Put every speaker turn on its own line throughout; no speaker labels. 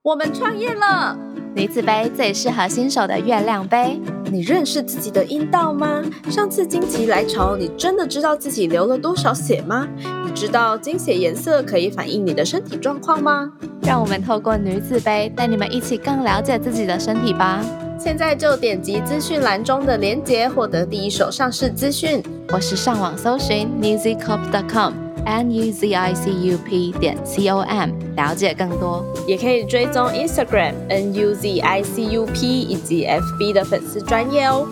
我们创业了！
女子杯最适合新手的月亮杯。
你认识自己的阴道吗？上次经期来潮，你真的知道自己流了多少血吗？你知道经血颜色可以反映你的身体状况吗？
让我们透过女子杯带你们一起更了解自己的身体吧。
现在就点击资讯栏中的链接，获得第一手上市资讯。
我是上网搜寻 newzicup.com，n u z i c u p 点 c o m，了解更多。
也可以追踪 Instagram N U Z I C U P 以及 FB 的粉丝专业哦。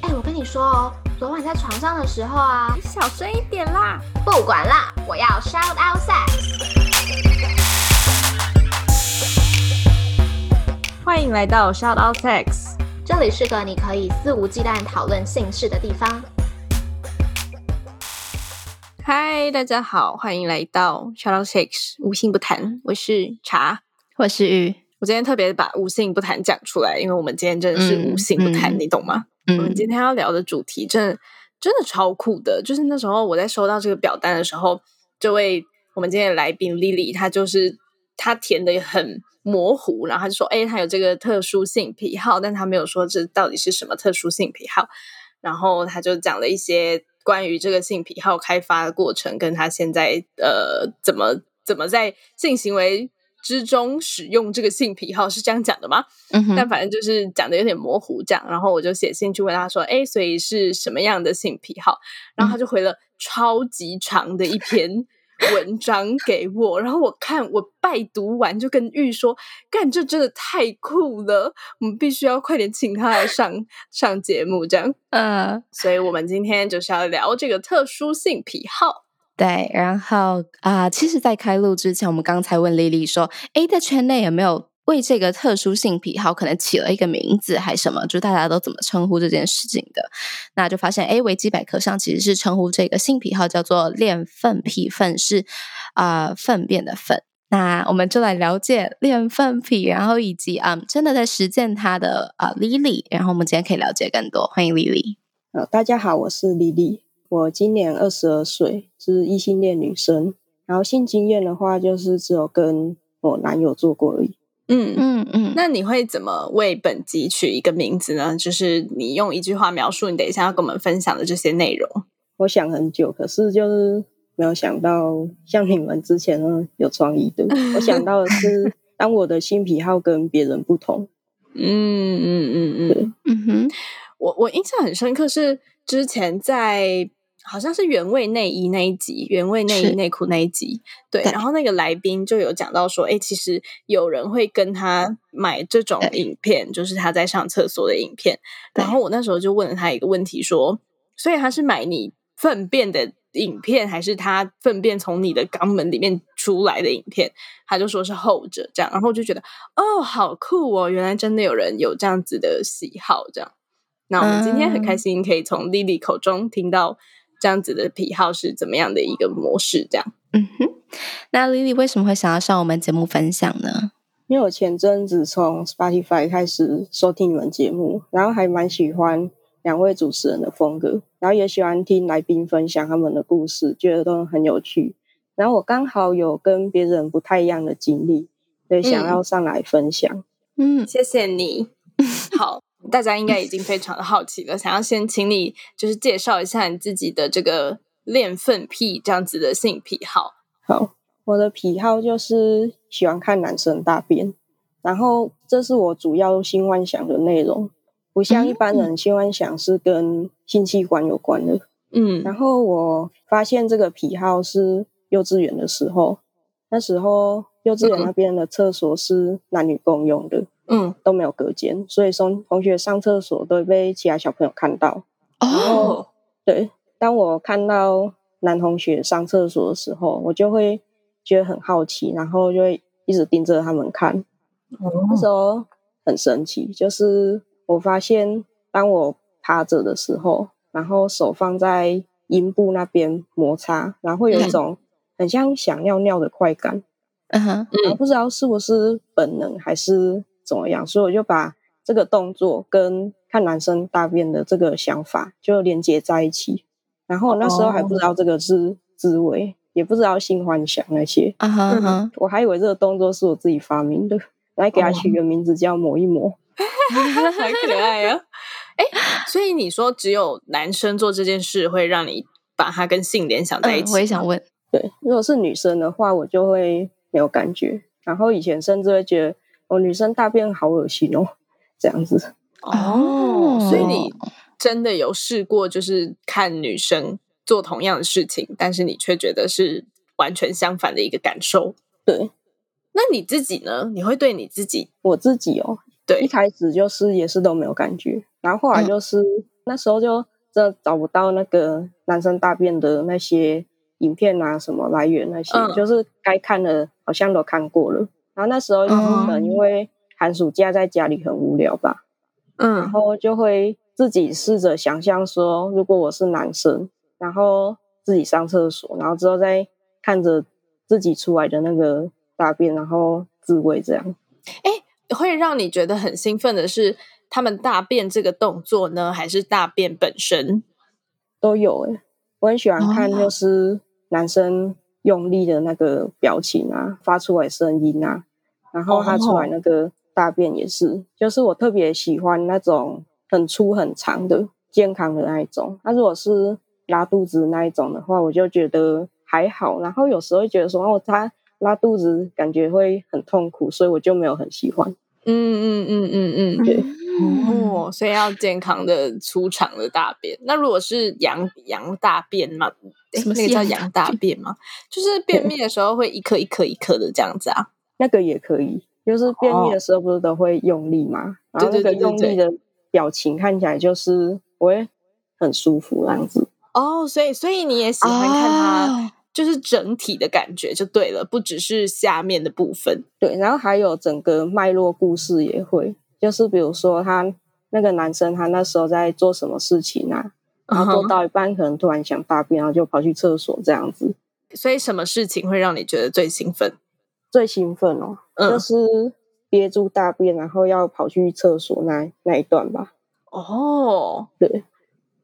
哎、我跟你说哦，昨晚在床上的时候啊，
小声一点啦！
不管啦，我要 shout out sex。
欢迎来到 Shout Out Sex，
这里是个你可以肆无忌惮讨论性事的地方。
嗨，大家好，欢迎来到 Shout Out Sex，无性不谈，我是茶。
我是玉，
我今天特别把无性不谈讲出来，因为我们今天真的是
嗯
无性不谈，
嗯
你懂吗？我们
嗯，
今天要聊的主题真的真的超酷的，就是那时候我在收到这个表单的时候，这位我们今天的来宾 Lily，她就是她填的很模糊，然后她就说，哎、她有这个特殊性癖好，但她没有说这到底是什么特殊性癖好，然后她就讲了一些关于这个性癖好开发的过程，跟她现在呃怎么怎么在性行为之中使用这个性癖好，是这样讲的吗？
嗯哼，
但反正就是讲的有点模糊这样。然后我就写信去问他说：“哎，所以是什么样的性癖好？”然后他就回了超级长的一篇文章给我。然后我看我拜读完就跟玉说：“干，这真的太酷了，我们必须要快点请他来上上节目。”这样，
呃，
所以我们今天就是要聊这个特殊性癖好。
对，然后啊、其实，在开录之前，我们刚才问莉莉说，诶，在圈内有没有为这个特殊性癖好可能起了一个名字，还什么？就大家都怎么称呼这件事情的？那就发现，诶，维基百科上其实是称呼这个性癖好叫做恋粪癖，粪是啊、粪便的粪。那我们就来了解恋粪癖，然后以及嗯，真的在实践它的啊、Lily，然后我们今天可以了解更多，欢迎 Lily。
呃，大家好，我是李丽，我今年二十二岁，是异性恋女生。然后性经验的话，就是只有跟我男友做过而已。
嗯。
嗯嗯
那你会怎么为本集取一个名字呢？就是你用一句话描述你等一下要跟我们分享的这些内容。
我想很久，可是就是没有想到像你们之前呢有创意的。我想到的是，当我的性癖好跟别人不同，
嗯嗯嗯嗯，
嗯哼，
我我印象很深刻是之前在好像是原味内衣那一集，原味内衣
是
内裤那一集，对，
对
然后那个来宾就有讲到说，哎、其实有人会跟他买这种
对
影片，就是他在上厕所的影片，
对
然后我那时候就问了他一个问题说，所以他是买你粪便的影片，还是他粪便从你的肛门里面出来的影片？他就说是后者这样，然后我就觉得哦，好酷哦，原来真的有人有这样子的喜好这样。那我们今天很开心可以从 Lily 口中听到这样子的癖好是怎么样的一个模式这样。
嗯哼，那 Lily 为什么会想要上我们节目分享呢？
因为我前阵子从 Spotify 开始收听你们节目，然后还蛮喜欢两位主持人的风格，然后也喜欢听来宾分享他们的故事，觉得都很有趣。然后我刚好有跟别人不太一样的经历，所以想要上来分享。
嗯，
谢谢你，好。大家应该已经非常的好奇了，想要先请你就是介绍一下你自己的这个恋粪癖这样子的性癖好。
好，我的癖好就是喜欢看男生大便，然后这是我主要性幻想的内容，不像一般人性幻想是跟性器官有关的。
嗯
然后我发现这个癖好是幼稚园的时候，那时候幼稚园那边的厕所是男女共用的，
嗯，
都没有隔间，所以说同学上厕所都会被其他小朋友看到。
哦，
哦，
对，当我看到男同学上厕所的时候，我就会觉得很好奇，然后就会一直盯着他们看。那时候很神奇，就是我发现当我趴着的时候，然后手放在阴部那边摩擦，然后会有一种很像想尿尿的快感，
嗯哼，
然后不知道是不是本能还是怎么样，所以我就把这个动作跟看男生大便的这个想法就连接在一起。然后我那时候还不知道这个是滋味，也不知道性幻想那些，
啊哈啊哈，
我还以为这个动作是我自己发明的，来给它取个名字叫抹一抹。
好可爱 啊！哎，所以你说只有男生做这件事会让你把它跟性联想在一
嗯
起吗、
我也想问，
对，如果是女生的话，我就会没有感觉，然后以前甚至会觉得哦，女生大便好恶心哦，这样子。
哦，
哦
所以你真的有试过，就是看女生做同样的事情，但是你却觉得是完全相反的一个感受。
对
那你自己呢？你会对你自己
我自己哦，一
对
开始就是也是都没有感觉，然后后来
嗯
就是、那时候就真的找不到那个男生大便的那些影片啊什么来源那些，
嗯
就是该看的好像都看过了。然后那时候就是
哦
可能因为寒暑假在家里很无聊吧，然
嗯
后就会自己试着想象说，如果我是男生，然后自己上厕所，然后之后再看着自己出来的那个大便，然后自慰这样。
会让你觉得很兴奋的是他们大便这个动作呢，还是大便本身？
都有诶、我很喜欢看
哦
就是男生用力的那个表情啊，发出来声音啊，然后他出来那个大便也是，就是我特别喜欢那种很粗很长的健康的那一种。那如果是拉肚子那一种的话，我就觉得还好。然后有时候会觉得说哦，他拉肚子感觉会很痛苦，所以我就没有很喜欢。
嗯嗯嗯嗯嗯。
对
嗯
哦，所以要健康的出场的大便。那如果是羊羊大便嘛，诶
什么是
那个叫
羊
羊
大
大便吗？就是便秘的时候会一颗一颗一颗的这样子啊。
那个也可以，就是便秘的时候不是都会用力嘛，然后
哦对对
那个
对对
用力的表情看起来就是我会很舒服那样子。
哦，所以所以你也喜欢看
哦
它，就是整体的感觉就对了，不只是下面的部分。
对，然后还有整个脉络故事也会，就是比如说他那个男生他那时候在做什么事情啊，然后
嗯
做
哼
到一半可能突然想大便，然后就跑去厕所这样子。
所以什么事情会让你觉得最兴奋？
最兴奋哦，
嗯
就是憋住大便，然后要跑去厕所那那一段吧。
哦，
对，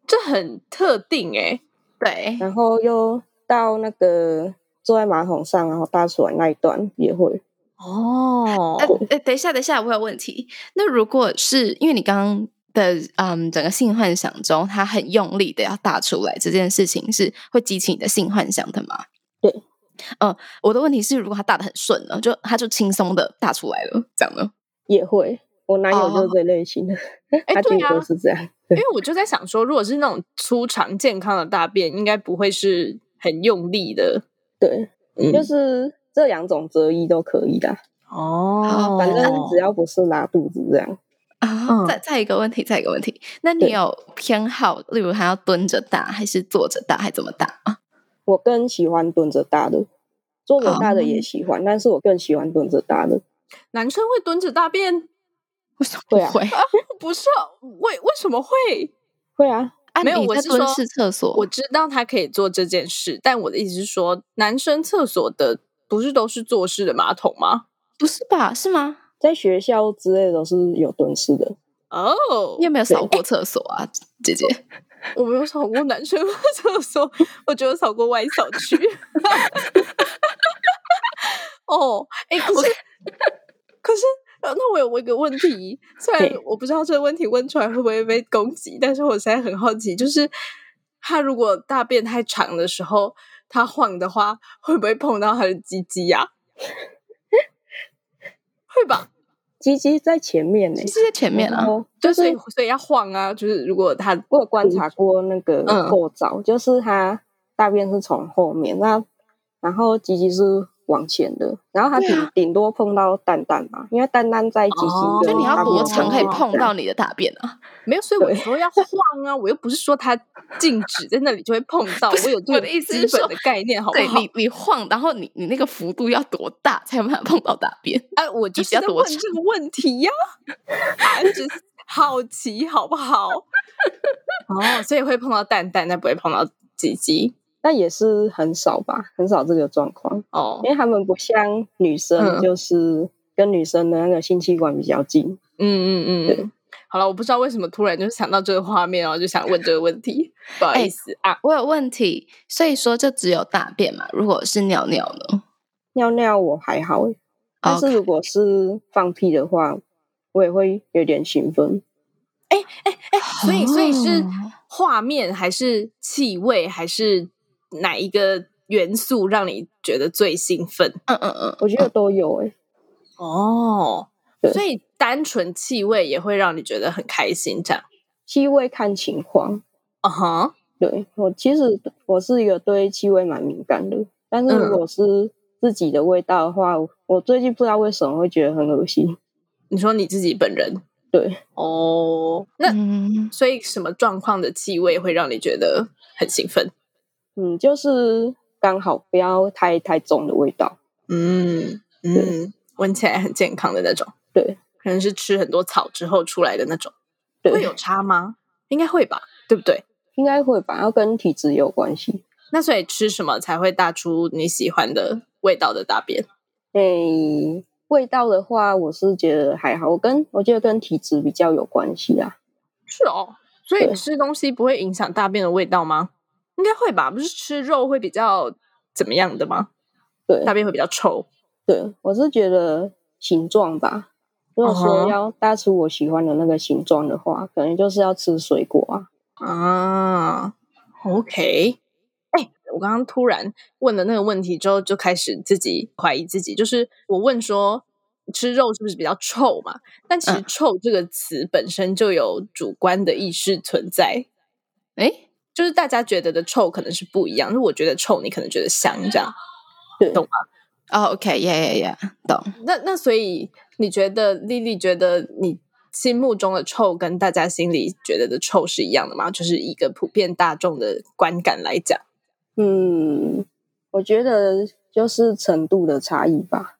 这很特定欸诶、
对，
然后又到那个坐在马桶上，然后大出来那一段也会。
哦，
呃呃，等一下，等一下，我有问题。那如果是因为你刚刚的嗯，整个性幻想中，他很用力的要大出来这件事情，是会激起你的性幻想的吗？
对。
嗯，我的问题是，如果他大的很顺呢，就他就轻松的大出来了，这样呢？
也会。我男友就是这类型 的，
哎
他
对
几
啊
乎都是这样。
因为我就在想说，如果是那种粗长健康的大便，应该不会是很用力的。
对，
嗯
就是这两种择一都可以的，
哦
反正只要不是拉肚子这样。
啊、
嗯
再再一个问题，再一个问题，那你
对
有偏好，例如他要蹲着大，还是坐着大，还怎么大啊？
我更喜欢蹲着大的，坐着大的
哦
也喜欢，但是我更喜欢蹲着大的。
男生会蹲着大便，
为什么不
会啊
会啊？
不是啊为为什么会？
会啊，
没有
你
我
在
是
蹲
说
式厕所，
我知道他可以做这件事，但我的意思是说，男生厕所的不是都是坐式的马桶吗？
不是吧？是吗？
在学校之类都是有蹲式的，
哦，
你有没有
对
扫过厕所啊，姐姐？
我没有扫过男生的厕所，我只有扫过外扫区。 哦，哎、可是可是，呃那我有一个问题，虽然
对
我不知道这个问题问出来会不会被攻击，但是我现在很好奇，就是他如果大便太长的时候，他晃的话，会不会碰到他的鸡鸡呀、 会吧，
鸡鸡在前面呢、
其实在前面啊
然，后
就
就是
所以所以要晃啊，就是如果他
我有观察过那个
嗯
构造，就是它大便是从后面，那然后鸡鸡是往前的，然后它
对
顶、
啊
顶多碰到蛋蛋嘛，因为蛋蛋在鸡
哦
鸡
那
的
你要
大便
多
的
长可以
位置
碰
这样
到？你的大便啊？
没有，所以我
对
说 要晃啊，我又不是说它静止在那里就会碰到，
不是
我有
我
这
的
个
意思
基
是说
本的概念，好不
对
好？
你，你晃，然后你你那个幅度要多大才有办法碰到大 便？
哎、我就
你
是
不要
在
躲
问
藏
这个问题呀、啊，只是好奇，好不好？ 哦，所以会碰到蛋蛋，但不会碰到鸡鸡
但也是很少吧，很少这个状况，
哦
因。为他们不像女
嗯
生，就是跟女生的那个性器官比较近，
嗯嗯嗯，好了，我不知道为什么突然就想到这个画面，然后就想问这个问题，不
哎
好意思、啊。
我有问题，所以说就只有大便嘛。如果是尿尿呢？
尿尿我还好欸，但是
OK
如果是放屁的话，我也会有点兴奋。
哎、所以所以是
哦
画面还是气味还是哪一个元素让你觉得最兴奋？
嗯嗯嗯，
我觉得都有欸诶、
哦
对，
所以单纯气味也会让你觉得很开心，这样。
气味看情况。
啊哈，
对我其实我是一个对气味蛮敏感的，但是
嗯
如果是自己的味道的话，我最近不知道为什么会觉得很恶心。
你说你自己本人
对，
哦，那、
嗯
所以什么状况的气味会让你觉得很兴奋？
嗯，就是刚好不要太太重的味道。
嗯嗯，闻起来很健康的那种，
对，
可能是吃很多草之后出来的那种，会
对
有，差吗？应该会吧，对不对？
应该会吧，要跟体质有关系。
那所以吃什么才会大出你喜欢的味道的大便？
诶、味道的话，我是觉得还好，我跟我觉得跟体质比较有关系啊。
是哦，所以
对
吃东西不会影响大便的味道吗？应该会吧，不是吃肉会比较怎么样的吗？
对
大，便会比较臭。
对，我是觉得形状吧。如果
嗯
说
哼
要搭出我喜欢的那个形状的话，可能就是要吃水果啊。
啊，OK，哎、我刚刚突然问了那个问题之后，就开始自己怀疑自己，就是我问说吃肉是不是比较臭嘛？但其实“
嗯
臭”这个词本身就有主观的意识存在，
哎、诶
就是大家觉得的臭可能是不一样，就是我觉得臭，你可能觉得香这样。
对，
懂
哦，OK，呀呀呀，懂。
那那所以你觉得丽丽觉得你心目中的臭跟大家心里觉得的臭是一样的吗？就是一个普遍大众的观感来讲。
嗯，我觉得就是程度的差异吧。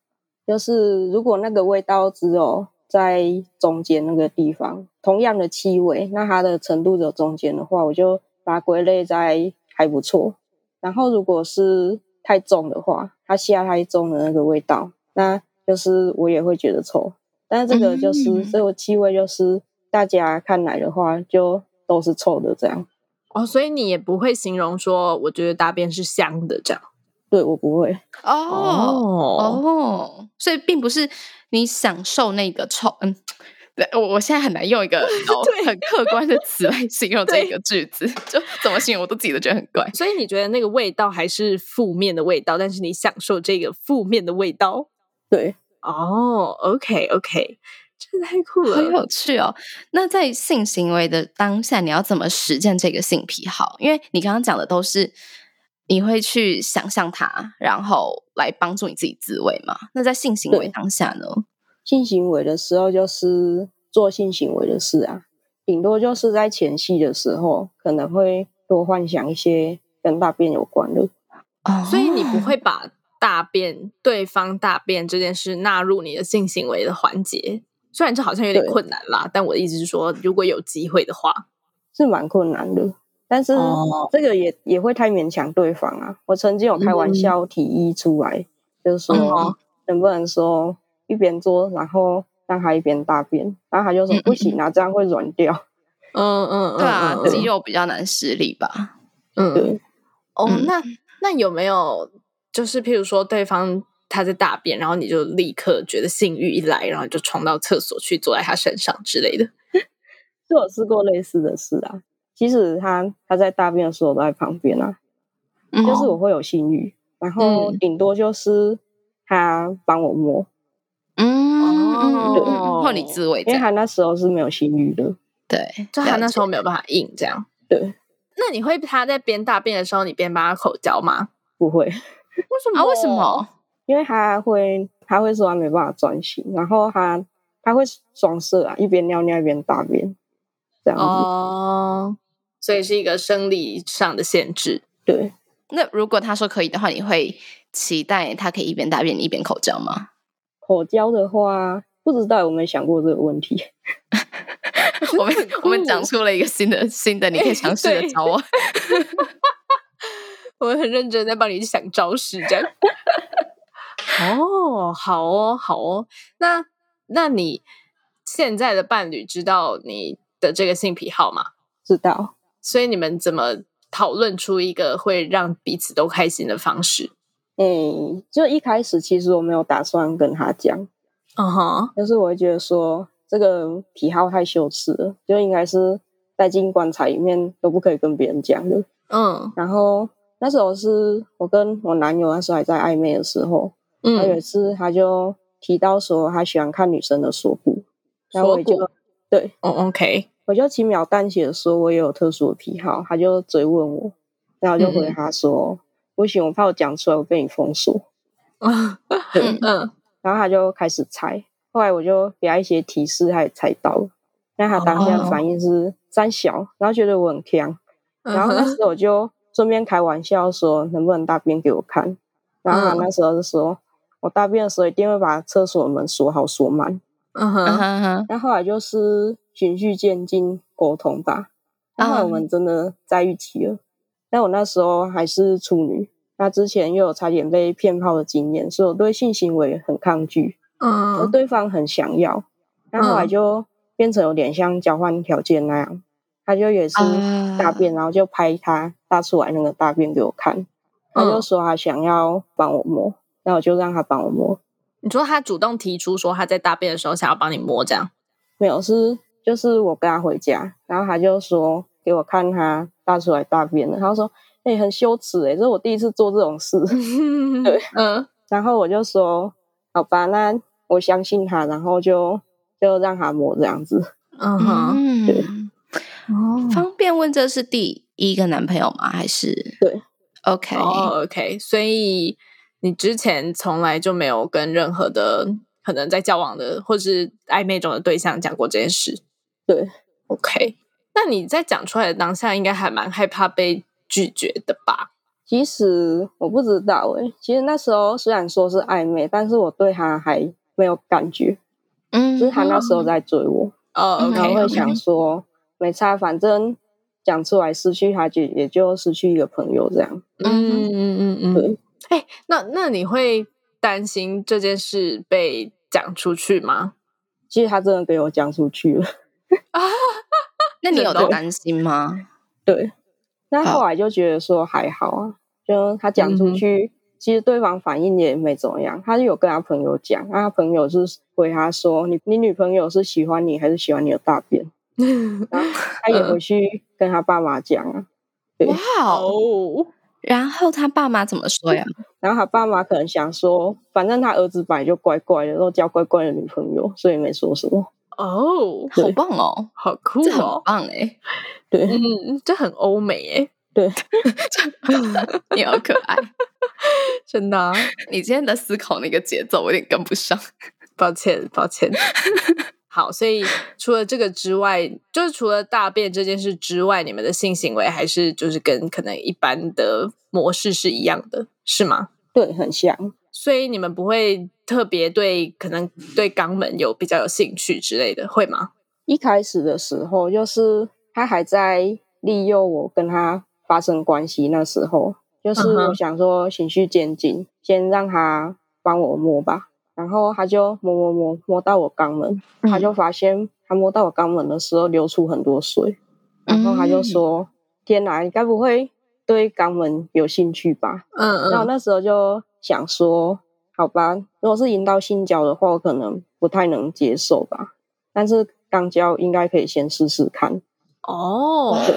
就是如果那个味道只有在中间那个地方，同样的气味，那它的程度只有中间的话，我就把它归类在还不错。然后如果是太重的话，它下太重的那个味道，那就是我也会觉得臭。但是这个就是、
嗯
这个气味，就是大家看来的话，就都是臭的这样。
哦，所以你也不会形容说，我觉得大便是香的这样。
对我不会，
哦哦，所以并不是你享受那个臭，嗯，对我我现在很难用 一个
对
很客观的词来形容这
对
个句子，就怎么形容我都自己都觉得很 怪。
所以你觉得那个味道还是负面的味道，但是你享受这个负面的味道。
对。
哦，OK OK，真的太酷
好
了。
有趣哦！那在性行为的当下，你要怎么实践这个性癖好？因为你刚刚讲的都是你会去想象它，然后来帮助你自己自慰嘛。那在性行为
对
当下呢？
性行为的时候就是做性行为的事啊，顶多就是在前戏的时候可能会多幻想一些跟大便有关的。
哦
所以你不会把大便、对方大便这件事纳入你的性行为的环节。虽然这好像有点
对
困难啦，但我的意思是说，如果有机会的话，
是蛮困难的。但是
哦
这个也、也会太勉强对方啊。我曾经有开玩笑提议出来，就是说、
嗯
能不能说一边做，然后让他一边大便，然后他就说
嗯嗯
不行啊，这样会软掉。
嗯嗯，嗯
对啊，
嗯
肌肉比较难施力吧？
嗯，
对，
哦，
嗯
那那有没有就是譬如说对方他在大便，然后你就立刻觉得性欲一来，然后就冲到厕所去坐在他身上之类的？
是有试过类似的事啊。其实他他在大便的时候我都在旁边啊，
嗯
就是我会有性欲，然后
嗯
顶多就是他帮我摸，
嗯，嗯
对
嗯或你自慰这
因为
样，
他那时候是没有性欲的。
对，
就他那时候
了
没有办法硬这样。
对，
那你会他在边大便的时候，你边帮他口交吗？
不会，
为什
解啊，为什？么？
因为他会他会说他没办法专心，然后他他会双射啊，一边尿尿一边大便，这样子。
哦，所以是一个生理上的限制。
对，
那如果他说可以的话，你会期待他可以一边大便一边口交吗？
口交的话，不知道有没有想过这个问题？
我们
很酷
我们讲出了一个新的新的，你可以尝试的
对
找我。
我很认真在帮你想招式，这样。 哦，好哦，好哦。那那你现在的伴侣知道你的这个性癖好吗？
知道，
所以你们怎么讨论出一个会让彼此都开心的方式？
嗯，就一开始其实我没有打算跟他讲，
嗯哼，
就是我会觉得说这个癖好太羞耻了，就应该是带进棺材里面都不可以跟别人讲的。
嗯
然后那时候是我跟我男友那时候还在暧昧的时候，他有一
嗯，
次他就提到说他喜欢看女生的锁骨，然后我也
锁
就对
哦，OK，
我就轻描淡写的说我也有特殊的癖好，他就追问我，然后我就回他说、不行，我怕我讲出来我被你封锁，
嗯
对
嗯
然后他就开始猜，后来我就给他一些提示，他也猜到了，但他当下的反应是三小，然后觉得我很强，
嗯
然后那时候我就顺便开玩笑说能不能大便给我看，然后他那时候就说。我大便的时候一定会把厕所门锁好锁满，
嗯
嗯
哼，
哼哼，
但后来就是循序渐进沟通吧。然后来我们真的在一起了，但我那时候还是处女，那之前又有差点被骗炮的经验，所以我对性行为很抗拒，而
嗯
对方很想要。然后后来
嗯
就变成有点像交换条件那样，他就也是
啊
大便，然后就拍他大出来那个大便给我看，他就
嗯
说他想要帮我摸，那我就让他帮我摸，
你说他主动提出说他在大便的时候想要帮你摸这样，
没有，是就是我跟他回家，然后他就说给我看他大出来大便了，他说：“哎、很羞耻哎、这是我第一次做这 种事。”
对，嗯
然后我就说：“好吧，那我相信他，然后就就让他摸这样子。
嗯哼，
对
嗯，方便问这是第一个男朋友吗？还是
对
？OK，
哦，OK，所以你之前从来就没有跟任何的可能在交往的或是暧昧中的对象讲过这件事。
对
，OK，那你在讲出来的当下，应该还蛮害怕被拒绝的吧？”
其实我不知道哎、其实那时候虽然说是暧昧，但是我对他还没有感觉，
嗯，
就是他那时候在追我，
哦
嗯
，OK，
然后会
OK
想说没差，反正讲出来失去他就也就失去一个朋友这样。
嗯
嗯
嗯嗯嗯
对。
哎、那那你会担心这件事被讲出去吗？
其实他真的给我讲出去了。
那你有
对
在担心吗？
对，那
好
后来就觉得说还好啊，就他讲
嗯
出
哼
去，其实对方反应也没怎么样。他就有跟他朋友讲，啊那他朋友是回他说：“你你女朋友是喜欢你还是喜欢你的大便？”然后他也回去跟他爸妈讲啊。
哇哦！
哦，
然后他爸妈怎么说呀？
然后他爸妈可能想说，反正他儿子本来就乖乖的，都交乖乖的女朋友，所以没说什么。
哦，
好棒哦，
好酷
这很
哦，
棒哎，
对，
嗯，这很欧美耶，
你好可爱。
真的啊、
你今天的思考那个节奏我有点跟不上。
抱歉，抱歉。好，所以除了这个之外，就是除了大便这件事之外，你们的性行为还是就是跟可能一般的模式是一样的，是吗？
对，很像。
所以你们不会特别对可能对肛门有比较有兴趣之类的，会吗？
一开始的时候，就是他还在利诱我跟他发生关系那时候，就是
嗯哼
我想说循序渐进，先让他帮我摸吧。然后他就摸摸摸摸到我肛门，他
嗯
就发现他摸到我肛门的时候流出很多水，然后他就
嗯
说：“天哪，你该不会对肛门有兴趣吧？”
嗯
那我
嗯
那时候就想说，好吧，如果是引导性交的话，我可能不太能接受吧。但是肛交应该可以先试试看。
哦，
所以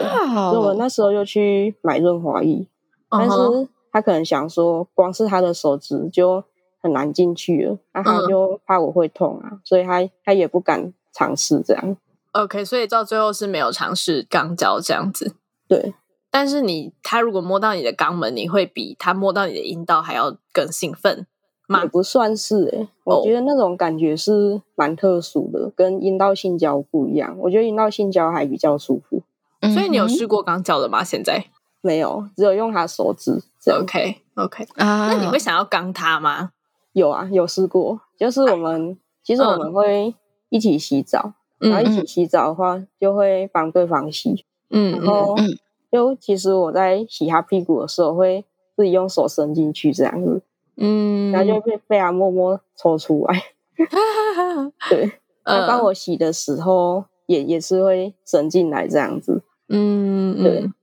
我
哇
那时候就去买润滑液，但
嗯哼
是他可能想说，光是他的手指就很难进去了，那他
嗯
就怕我会痛啊，所以他他也不敢尝试这样。
OK，所以到最后是没有尝试肛交这样子。
对，
但是你他如果摸到你的肛门，你会比他摸到你的阴道还要更兴奋吗
也？不算是诶、
哦
我觉得那种感觉是蛮特殊的，跟阴道性交不一样。我觉得阴道性交还比较舒服。
哦
所以你有
嗯
试过肛交了吗？现在
没有，只有用他手指这样。
OK OK，
啊？
那你会想要肛他吗？
有啊，有试过，就是我们其实我们会一起洗澡，
嗯
然后一
嗯
起洗澡的话，就会帮对方洗。
嗯
然后
嗯嗯
就其实我在洗他屁股的时候，会自己用手伸进去这样子，
嗯，
然后就被被他默默抽出来。对，
嗯
他帮我洗的时候也也是会伸进来这样子。
嗯，
对
嗯，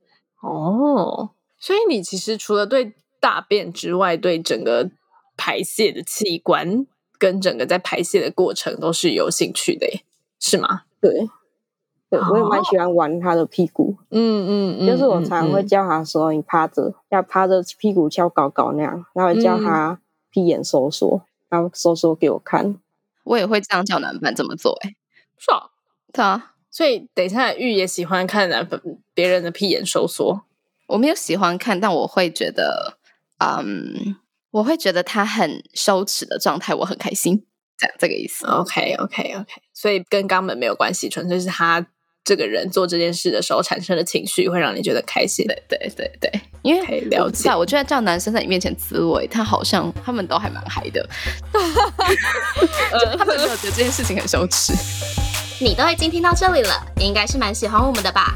哦，所以你其实除了对大便之外，对整个排泄的器官跟整个在排泄的过程都是有兴趣的耶，是吗？
对，对我也
哦
蛮喜欢玩他的屁股，
嗯嗯嗯，
就是我
嗯
常会
嗯
叫他说你趴着，要趴着屁股翘高高那样，然后会
嗯
叫他闭眼收缩，然后收缩给我看。
我也会这样叫男伴这么做、欸。哎，
是哦
对啊，
所以等一下玉也喜欢看男别人的屁眼收缩，
我没有喜欢看，但我会觉得，嗯，我会觉得他很羞耻的状态，我很开心，这样这个意思。
OK OK OK，所以跟肛门没有关系，纯粹是他这个人做这件事的时候产生的情绪会让你觉得开心。
对对对对，因为
可以了
我不知道
解
我觉得叫男生在你面前自慰，他好像他们都还蛮 嗨的，
呃
他们没有觉得这件事情很羞耻。
你都已经听到这里了，应该是蛮喜欢我们的吧？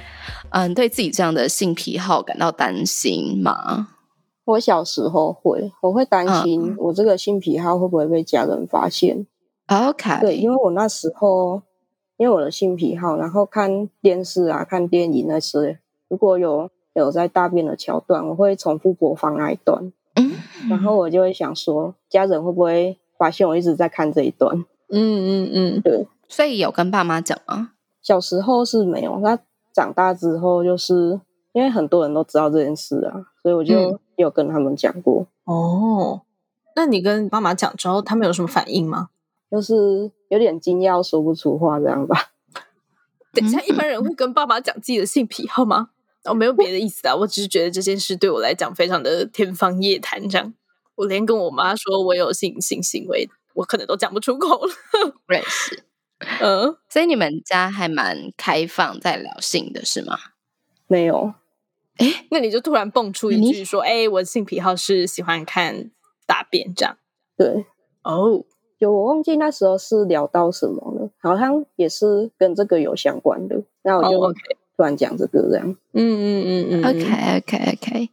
嗯对自己这样的性癖好感到担心吗？
我小时候会，我会担
嗯
心我这个性癖好会不会被家人发现。
OK，
对，因为我那时候因为我的性癖好，然后看电视啊、看电影那些，如果有有在大便的桥段，我会重复播放那一段，
嗯，
然后我就会想说，家人会不会发现我一直在看这一段？
嗯嗯嗯，
所以有跟爸妈讲吗？
小时候是没有，那长大之后就是因为很多人都知道这件事啊，所以我
嗯
就有跟他们讲过，
哦，那你跟妈妈讲之后，他们有什么反应吗？
就是有点惊讶说不出话这样吧。
等一下，
嗯
一般人会跟爸妈讲自己的性癖好吗？哦，没有别的意思啊，我只是觉得这件事对我来讲非常的天方夜谭，这样。我连跟我妈说我有性性行为，我可能都讲不出口了。
不认识。
嗯，
所以你们家还蛮开放在聊性的是吗？
没有，
那你就突然蹦出一
你
句说：“哎、我的性癖好是喜欢看大便这样。
对，”
哦，
就我忘记那时候是聊到什么了，好像也是跟这个有相关的。那我
哦
就
，OK
突然讲这个这样。
嗯嗯嗯嗯
OK OK OK，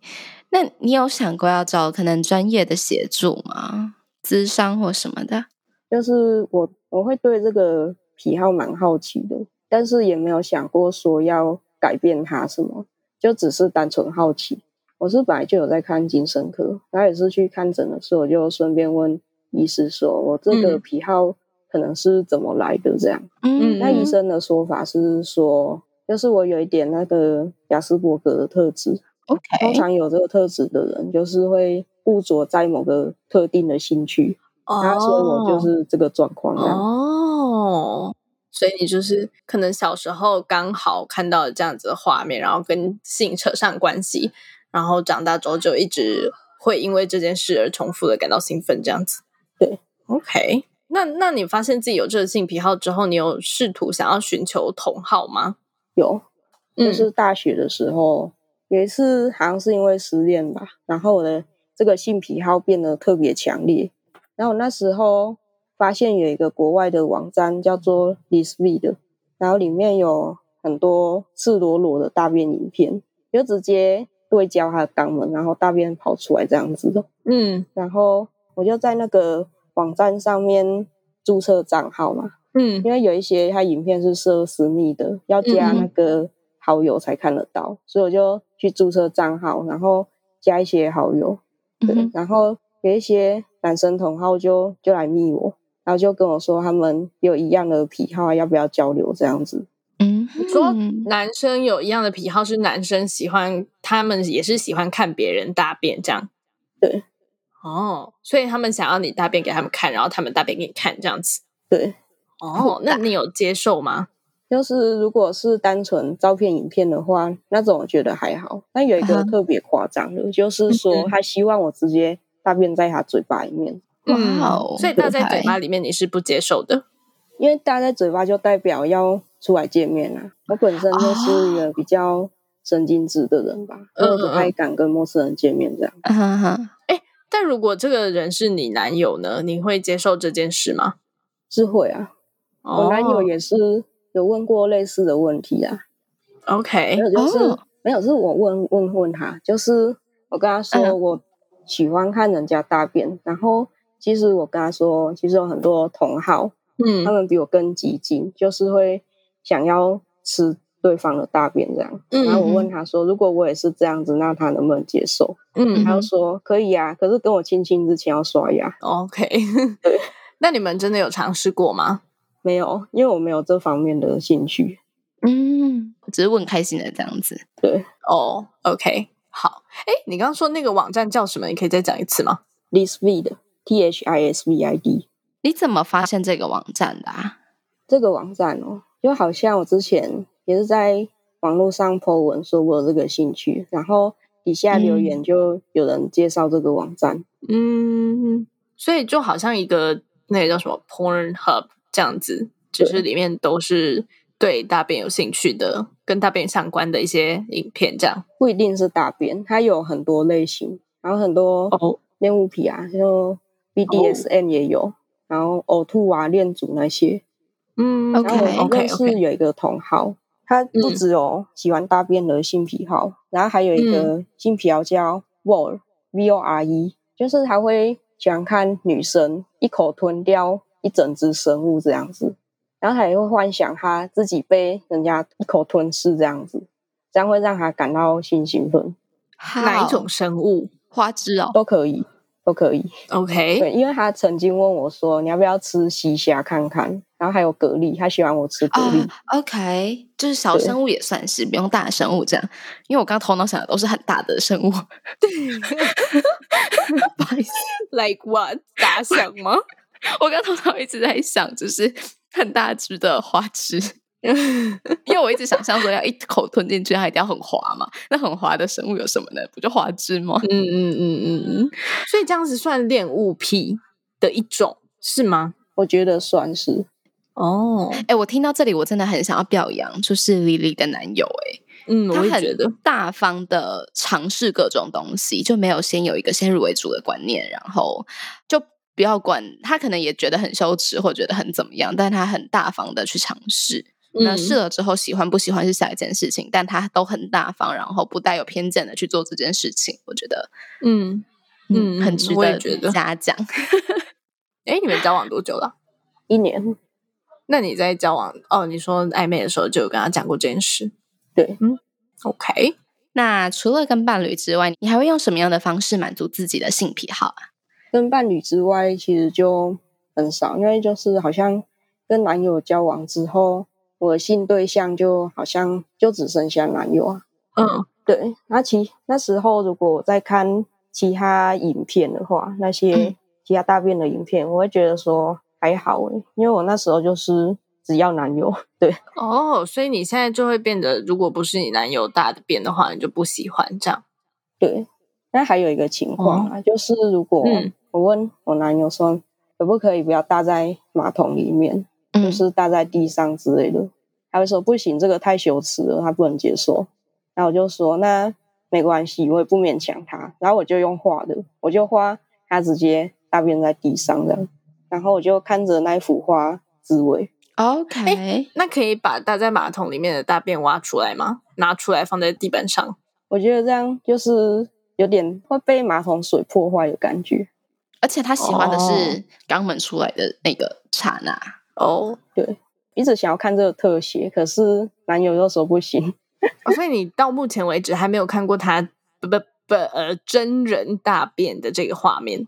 那你有想过要找可能专业的协助吗？咨商或什么的？
就是我我会对这个癖好蛮好奇的，但是也没有想过说要改变它什么，就只是单纯好奇。我是本来就有在看精神科，然后也是去看诊的时候，我就顺便问医师说，我这个
嗯
癖好可能是怎么来的这样。
嗯
那医生的说法是说，就是我有一点那个雅斯伯格的特质，
哎
通
OK，
常有这个特质的人，就是会固着在某个特定的兴趣，
哦，
然后所以我就是这个状况这样。
哦，所以你就是可能小时候刚好看到这样子的画面，然后跟性扯上关系，然后长大之后就一直会因为这件事而重复的感到兴奋，这样子。
对
，OK。那那你发现自己有这个性癖好之后，你有试图想要寻求同好吗？
有，就
嗯
是大学的时候、有一次，好像是因为失恋吧，然后我的这个性癖好变得特别强烈。然后我那时候发现有一个国外的网站叫做 Lisby 的，然后里面有很多赤裸裸的大便影片，就直接对焦他的肛门，然后大便跑出来这样子的。
嗯
然后我就在那个网站上面注册账号嘛，
嗯
因为有一些它影片是设私密的，要加那
嗯
个好友才看得到，所以我就去注册账号，然后加一些好友，对，
嗯
然后有一些男生同好就就来密我，然后就跟我说他们有一样的癖好，要不要交流这样子？
嗯，
说男生有一样的癖好，是男生喜欢，他们也是喜欢看别人大便这样。
对，
哦，所以他们想要你大便给他们看，然后他们大便给你看这样子。
对，
哦，那你有接受吗？
就是如果是单纯照片、影片的话，那种我觉得还好。但有一
啊哈嗯
个特别夸张的，就是说他希望我直接大便在他嘴巴里面。
哇哦
所以大在嘴巴里面你是不接受的。
因为搭在嘴巴就代表要出来见面啊。我本身就是一个比较神经质的人吧，
嗯
我不太敢跟陌生人见面这样。
啊哈哈，
但如果这个人是你男友呢，你会接受这件事吗？
是会啊，
嗯
我男友
哦
也是有问过类似的问题啊，
OK，
没有就是、
哦
没有是我问问问他，就是我跟他说
嗯
我喜欢看人家大便，然后其实我跟他说，其实有很多同好，
嗯
他们比我更激进，就是会想要吃对方的大便这样。
嗯
然后我问他说，如果我也是这样子，那他能不能接受？
嗯
嗯
他就说可以啊，可是跟我亲亲之前要刷牙。
，OK，
对
那你们真的有尝试过吗？
没有，因为我没有这方面的兴趣。
嗯，只是问开心的这样子。
对，
哦，OK，好，哎，你刚刚说那个网站叫什么？你可以再讲一次吗？
l i s v i d T H I S V I D
你怎么发现这个网站的、啊？
这个网站哦，就好像我之前也是在网络上 po 文说我有这个兴趣，然后底下留言就有人介绍这个网站。
嗯，所以就好像一个那个叫什么 Pornhub 这样子，就是
对
里面都是对大便有兴趣的，跟大便相关的一些影片这样。
不一定是大便，它有很多类型，然后很多
哦
恋物癖啊，就 BDSM 也有，然后呕吐啊、恋足那些。
嗯
OK
然后我
OK
认识
OK，嗯
有一个同好，他不只有喜欢大便的性癖好，然后还有一
嗯
个性癖好叫 Vore V O R E，就是他会喜欢看女生一口吞掉一整只生物这样子，然后他也会幻想他自己被人家一口吞噬这样子，这样会让他感到性兴奋，
哪一
好
种生物
花枝哦？
都可以，都可以。
？OK，
对，因为他曾经问我说，你要不要吃西虾看看，然后还有蛤蜊，他喜欢我吃蛤
啊
蜊。
嗯
，OK，就是小
对
生物也算是，不用大生物这样。因为我刚头脑想的都是很大的生物，不好意思，
like what 打响吗？
我刚头脑一直在想，就是很大只的花枝，因为我一直想象说要一口吞进去，它一定要很滑嘛。那很滑的生物有什么呢？不就花枝吗？
嗯嗯嗯嗯嗯，所以这样子算恋物癖的一种是吗？
我觉得算是
哦，
哎、我听到这里，我真的很想要表扬，就是莉莉的男友、哎。
嗯，
他
我也觉得
很，大方的尝试各种东西，就没有先有一个先入为主的观念，然后就不要管他，可能也觉得很羞耻或觉得很怎么样，但他很大方的去尝试。那
嗯
试了之后喜欢不喜欢是下一件事情，但他都很大方，然后不带有偏见的去做这件事情，我觉得
嗯，嗯
很值
我也
得
觉得
嘉奖。
哎，你们交往多久了？
一年。
那你在交往哦，你说暧昧的时候就有跟他讲过这件事嗯
对，
，OK？
那除了跟伴侣之外，你还会用什么样的方式满足自己的性癖好啊？
跟伴侣之外，其实就很少，因为就是好像跟男友交往之后，我的性对象就好像就只剩下男友啊。
嗯
对，那其那时候如果我在看其他影片的话，那些
嗯
其他大便的影片，我会觉得说还好诶、因为我那时候就是只要男友，对
哦，所以你现在就会变得，如果不是你男友大的便的话，你就不喜欢这样。
对。那还有一个情况啊，就是如果
哦嗯
我问我男友说可不可以不要搭在马桶里面，就
嗯，
是搭在地上之类的。他会说不行，这个太羞耻了，他不能接受。然后我就说那没关系，我也不勉强他。然后我就用画的，我就画他直接大便在地上这样，然后我就看着那一幅画自慰。
OK，、
那可以把搭在马桶里面的大便挖出来吗？拿出来放在地板上？
我觉得这样就是有点会被马桶水破坏的感觉。
而且他喜欢的
哦
是肛门出来的那个刹那。
哦，
一直想要看这个特写，可是男友又说不行。
哦所以你到目前为止还没有看过他不不不呃真人大便的这个画面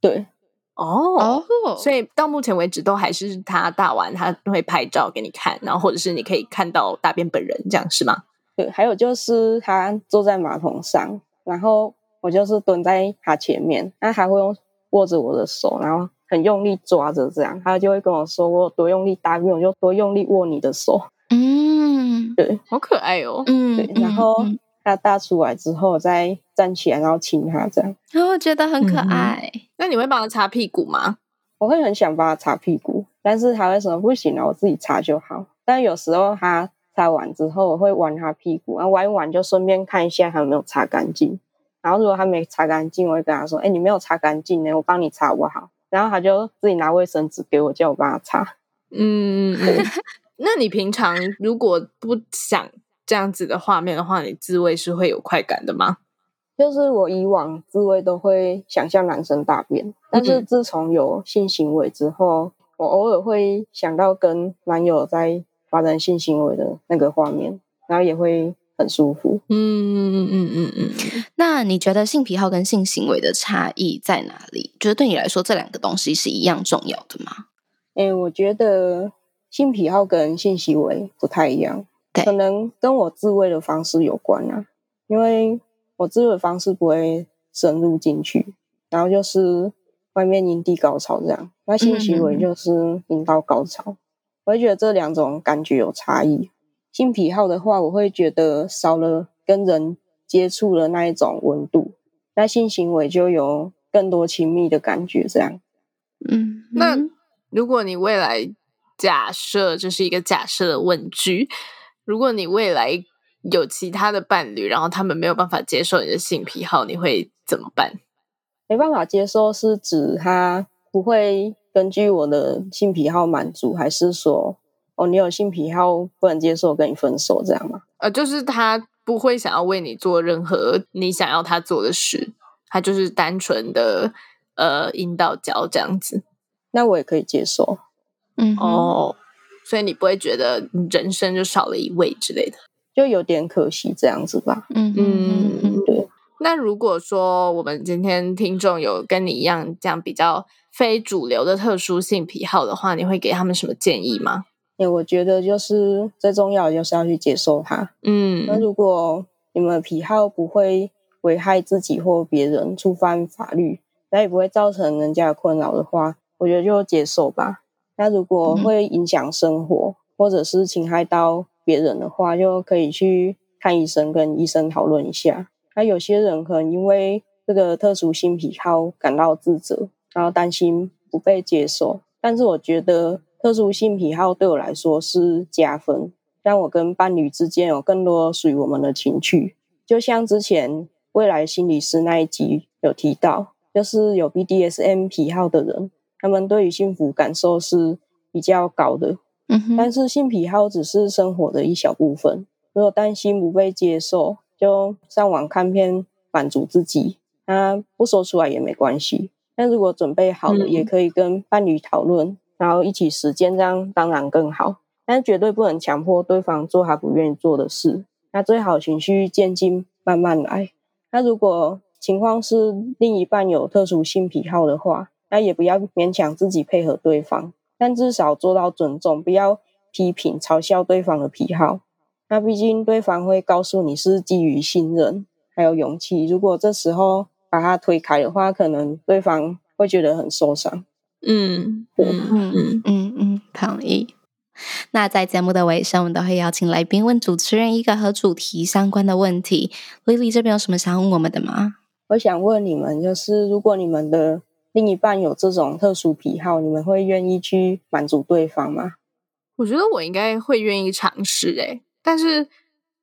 对
哦。所
以
以到目前为止都还是他大完，他会拍照给你看，然后或者是你可以看到大便本人，这样是吗？
对，还有就是他坐在马桶上，然后我就是蹲在他前面，那他会用握着我的手，然后很用力抓着，这样他就会跟我说我有多用力搭便，我就多用力握你的手。
嗯
好可爱哦！
嗯
对，
嗯
然后
嗯
他搭出来之后再站起来，然后亲他这样。
哦然后我觉得很可
嗯哼
爱。
那你会帮他擦屁股吗？
我会很想帮他擦屁股，但是他为什么不行呢？啊我自己擦就好。但有时候他擦完之后，我会玩他屁股，然后玩一玩就顺便看一下他有没有擦干净。然后如果他没擦干净，我会跟他说：“哎、你没有擦干净呢，我帮你擦好不好？”然后他就自己拿卫生纸给我，叫我帮他擦。
嗯，嗯嗯 那你平常如果不想这样子的画面的话，你自慰是会有快感的吗？
就是我以往自慰都会想象男生大便，但是自从有性行为之后，我偶尔会想到跟男友在发生性行为的那个画面，然后也会很舒服。
嗯嗯嗯嗯嗯嗯，
那你觉得性癖好跟性行为的差异在哪里？就是对你来说，这两个东西是一样重要的吗？
诶，我觉得性癖好跟性行为不太一样，
对
可能跟我自慰的方式有关啊，因为我自慰的方式不会深入进去，然后就是外面阴蒂高潮这样，那性行为就是阴道高潮，我会觉得这两种感觉有差异。性癖好的话，我会觉得少了跟人接触的那一种温度，那性行为就有更多亲密的感觉这样。
嗯，
那
嗯
如果你未来假设这是一个假设的问句，如果你未来有其他的伴侣，然后他们没有办法接受你的性癖好，你会怎么办？
没办法接受，是指他不会根据我的性癖好满足，还是说哦你有性癖好不能接受，跟你分手这样吗？
呃，就是他不会想要为你做任何你想要他做的事，他就是单纯的呃阴道交这样子。
那我也可以接受，
嗯哼，
哦，所以你不会觉得你人生就少了一位之类的。
就有点可惜这样子吧。
嗯哼嗯哼，
对，
那如果说我们今天听众有跟你一样这样比较非主流的特殊性癖好的话，你会给他们什么建议吗？
因为我觉得就是最重要的就是要去接受它。那
嗯
如果你们的癖好不会危害自己或别人，触犯法律，那也不会造成人家的困扰的话，我觉得就接受吧。那如果会影响生活，或者是侵害到别人的话，就可以去看医生，跟医生讨论一下。那有些人可能因为这个特殊性癖好感到自责，然后担心不被接受。但是我觉得特殊性癖好对我来说是加分，让我跟伴侣之间有更多属于我们的情趣。就像之前未来心理师那一集有提到，就是有 BDSM 癖好的人，他们对于幸福感受是比较高的。
嗯哼，
但是性癖好只是生活的一小部分，如果担心不被接受，就上网看片满足自己，那不说出来也没关系。但如果准备好了，
嗯
也可以跟伴侣讨论，然后一起实践，这样当然更好。但绝对不能强迫对方做他不愿意做的事。那最好循序渐进，慢慢来。那如果情况是另一半有特殊性癖好的话，那也不要勉强自己配合对方，但至少做到尊重，不要批评、嘲笑对方的癖好。那毕竟对方会告诉你是基于信任还有勇气，如果这时候把他推开的话，可能对方会觉得很受伤。
嗯嗯
嗯
嗯，
嗯嗯，同意。那在节目的尾声，我们都会邀请来宾问主持人一个和主题相关的问题。Lily 这边有什么想问我们的吗？
我想问你们，就是如果你们的另一半有这种特殊癖好，你们会愿意去满足对方吗？
我觉得我应该会愿意尝试诶、但是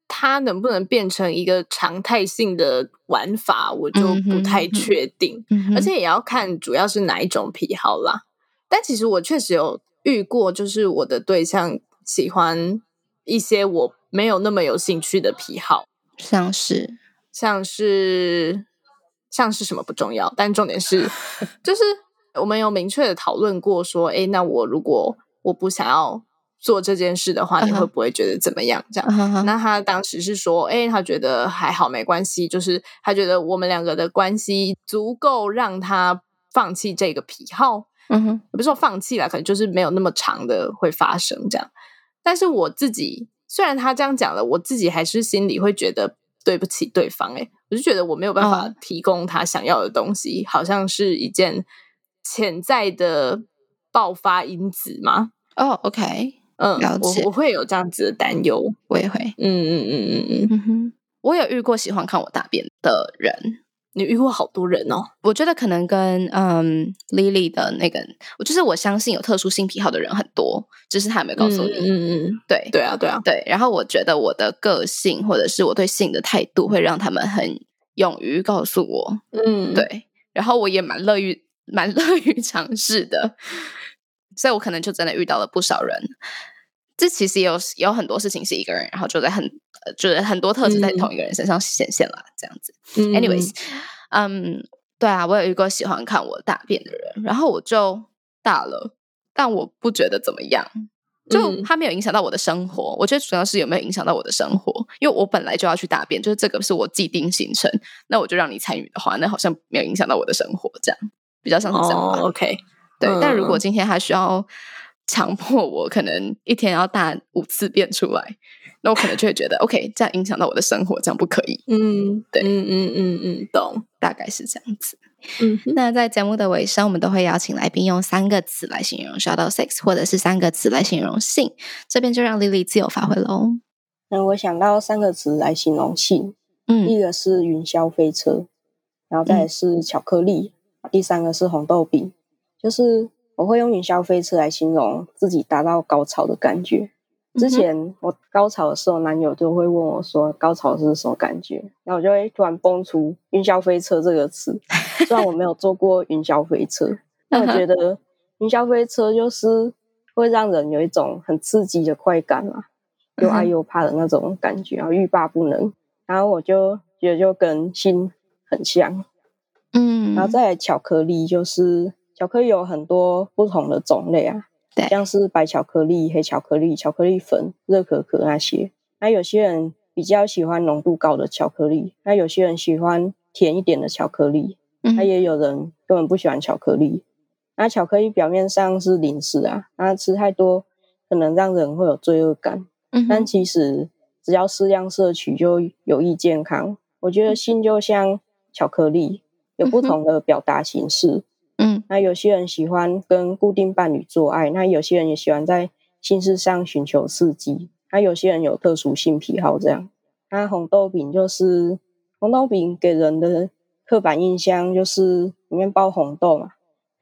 它能不能变成一个常态性的玩法，我就
嗯
不
哼
太
嗯哼
确定。
嗯哼
而且也要看主要是哪一种癖好啦。但其实我确实有遇过，就是我的对象喜欢一些我没有那么有兴趣的癖好，
像是，
像是像是什么不重要，但重点是，就是我们有明确的讨论过说，诶，那我如果我不想要做这件事的话，你
嗯哼
会不会觉得怎么样？这样。
啊哈哈
那他当时是说，哎、他觉得还好，没关系，就是他觉得我们两个的关系足够让他放弃这个癖好，
嗯哼，
也不是说放弃了，可能就是没有那么长的会发生这样。但是我自己虽然他这样讲了，我自己还是心里会觉得对不起对方、欸，我就觉得我没有办法
哦
提供他想要的东西，好像是一件潜在的爆发因子嘛。
哦，OK，
嗯
了，
我
解
我会有这样子的担忧。
我也会，
嗯嗯嗯嗯嗯。
嗯哼，我有遇过喜欢看我大便的人，
你遇过好多人哦，
我觉得可能跟嗯 Lily 的那个，我就是我相信有特殊性癖好的人很多，只是他有没有告诉你。
嗯嗯嗯，
对
对啊对啊，
对，然后我觉得我的个性或者是我对性的态度会让他们很勇于告诉我，
嗯，
对，然后我也蛮乐于蛮乐于尝试的，所以我可能就真的遇到了不少人。这其实也有有很多事情是一个人，然后就在很呃就是很多特质在
嗯
同一个人身上显现了、这样子。
嗯
Anyways，嗯对啊，我有一个喜欢看我大便的人，然后我就大了，但我不觉得怎么样，就
嗯
他没有影响到我的生活。我觉得主要是有没有影响到我的生活，因为我本来就要去大便，就是这个是我既定行程，那我就让你参与的话，那好像没有影响到我的生活，这样比较像是这样吧。
哦，OK，
对，但如果
嗯
今天他需要强迫我，可能一天要大五次便出来，那我可能就会觉得 OK，这样影响到我的生活，这样不可以，
嗯，
对
嗯嗯嗯嗯，懂，
大概是这样子。
嗯哼
那在节目的尾声，我们都会邀请来宾用三个词来形容 shadow sex，或者是三个词来形容性。这边就让 Lily 自由发挥喽。
那我想到三个词来形容性，
嗯
一个是云霄飞车，然后再来是巧克力，第三个是红豆饼。就是我会用云霄飞车来形容自己达到高潮的感觉。之前我高潮的时候，男友就会问我说高潮是什么感觉，然后我就会突然蹦出“云霄飞车”这个词。虽然我没有坐过云霄飞车，但我觉得云霄飞车就是会让人有一种很刺激的快感啊，
嗯
又爱又怕的那种感觉，然后欲罢不能。然后我就觉得就跟心很像，
嗯
然后再来巧克力，就是巧克力有很多不同的种类啊，
对
像是白巧克力、黑巧克力、巧克力粉、热可可那些。那有些人比较喜欢浓度高的巧克力，那有些人喜欢甜一点的巧克力，那
嗯
也有人根本不喜欢巧克力。那巧克力表面上是零食啊，那吃太多可能让人会有罪恶感，
嗯
但
哼
其实只要适量摄取就有益健康。我觉得性就像巧克力，有
嗯
不
嗯哼
同的表达形式。
嗯
那有些人喜欢跟固定伴侣做爱，那有些人也喜欢在性事上寻求刺激，那有些人有特殊性癖好这样。那红豆饼就是红豆饼给人的刻板印象就是里面包红豆嘛，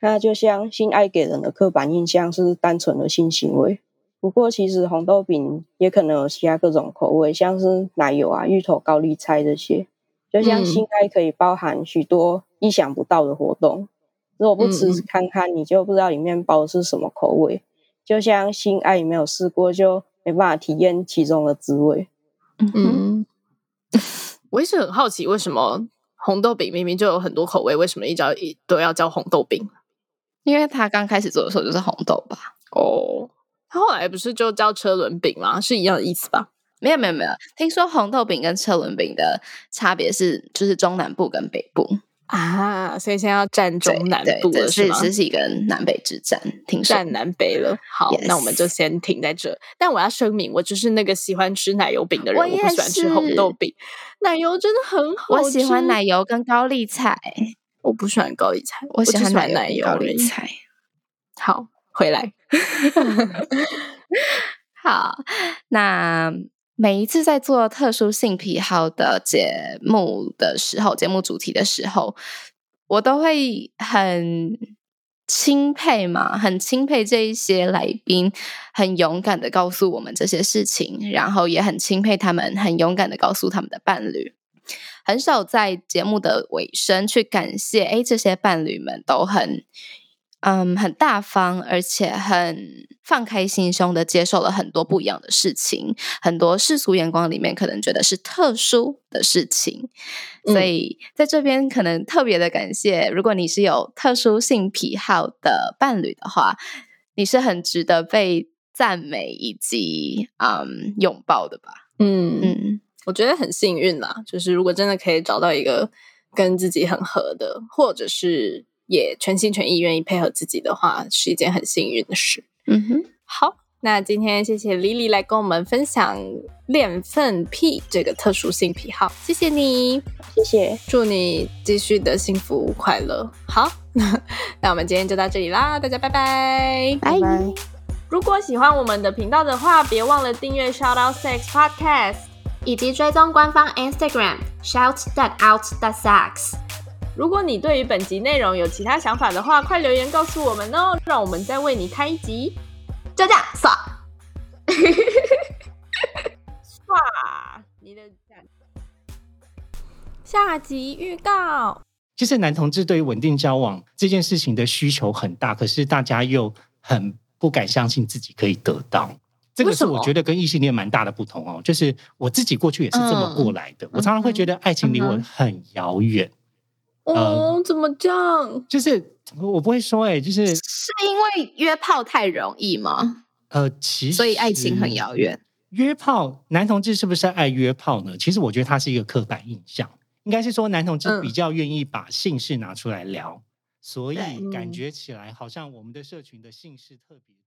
那就像性爱给人的刻板印象是单纯的性行为。不过，其实红豆饼也可能有其他各种口味，像是奶油啊、芋头、高丽菜这些。就像
嗯
性爱可以包含许多意想不到的活动，如果不吃
嗯嗯
看看，你就不知道里面包的是什么口味。就像性爱没有试过，就没办法体验其中的滋味。
嗯哼
嗯， 我一直很好奇，为什么红豆饼明明就有很多口味，为什么一直要一都要叫红豆饼？
因为他刚开始做的时候就是红豆吧。
哦，他后来不是就叫车轮饼吗？是一样的意思吧？
没有没有没有，听说红豆饼跟车轮饼的差别是，就是中南部跟北部，
啊，所以现在要占中
对
南
对
部
这
了，
是
吗？
这是一个南北之战，听说
占南北了，好
Yes
那我们就先停在这。但我要声明，我就是那个喜欢吃奶油饼的人，
我
我
也
不喜欢吃红豆
是
饼。奶油真的很好吃，
我喜欢奶，油跟高丽菜，
我不喜欢高丽菜，
我
只
喜
喜
欢
欢
奶
奶
油
油
跟高
而
丽
已
菜。
好，回来，
好，那每一次在做特殊性癖好的节目的时候，节目主题的时候，我都会很钦佩嘛，很钦佩这一些来宾，很勇敢的告诉我们这些事情，然后也很钦佩他们，很勇敢的告诉他们的伴侣。很少在节目的尾声去感谢，哎，这些伴侣们都很嗯，很大方，而且很放开心胸的接受了很多不一样的事情，很多世俗眼光里面可能觉得是特殊的事情，所
嗯
以在这边可能特别的感谢，如果你是有特殊性癖好的伴侣的话，你是很值得被赞美以及嗯拥抱的吧？
嗯
嗯
我觉得很幸运啦，就是如果真的可以找到一个跟自己很合的，或者是也全心全意愿意配合自己的话，是一件很幸运的事。
嗯哼，
好，那今天谢谢 Lily 来跟我们分享恋粪癖这个特殊性癖好，谢谢你，
谢谢，
祝你继续的幸福快乐。好， 那我们今天就到这里啦，大家拜拜。
拜
拜。
如果喜欢我们的频道的话，别忘了订阅 Shout Out Sex Podcast。
以及追踪官方 Instagram shout that out that sex。
如果你对于本集内容有其他想法的话，快留言告诉我们哦，让我们再为你开一集。
就这样，爽。
哇，啊你的下集预告。
就是男同志对于稳定交往这件事情的需求很大，可是大家又很不敢相信自己可以得到。这个
为
是
什么
我觉得跟异性恋蛮大的不同哦。就是我自己过去也是这么过来的，我常常会觉得爱情离我很遥远。
哦，怎么这样？
就是我不会说、哎，就是
是因为约炮太容易吗？
呃，其实
所以爱情很遥远。
约炮，男同志是不是爱约炮呢？其实我觉得它是一个刻板印象，应该是说男同志
嗯
比较愿意把性事拿出来聊，所以
对
感觉起来好像我们的社群的性事特别。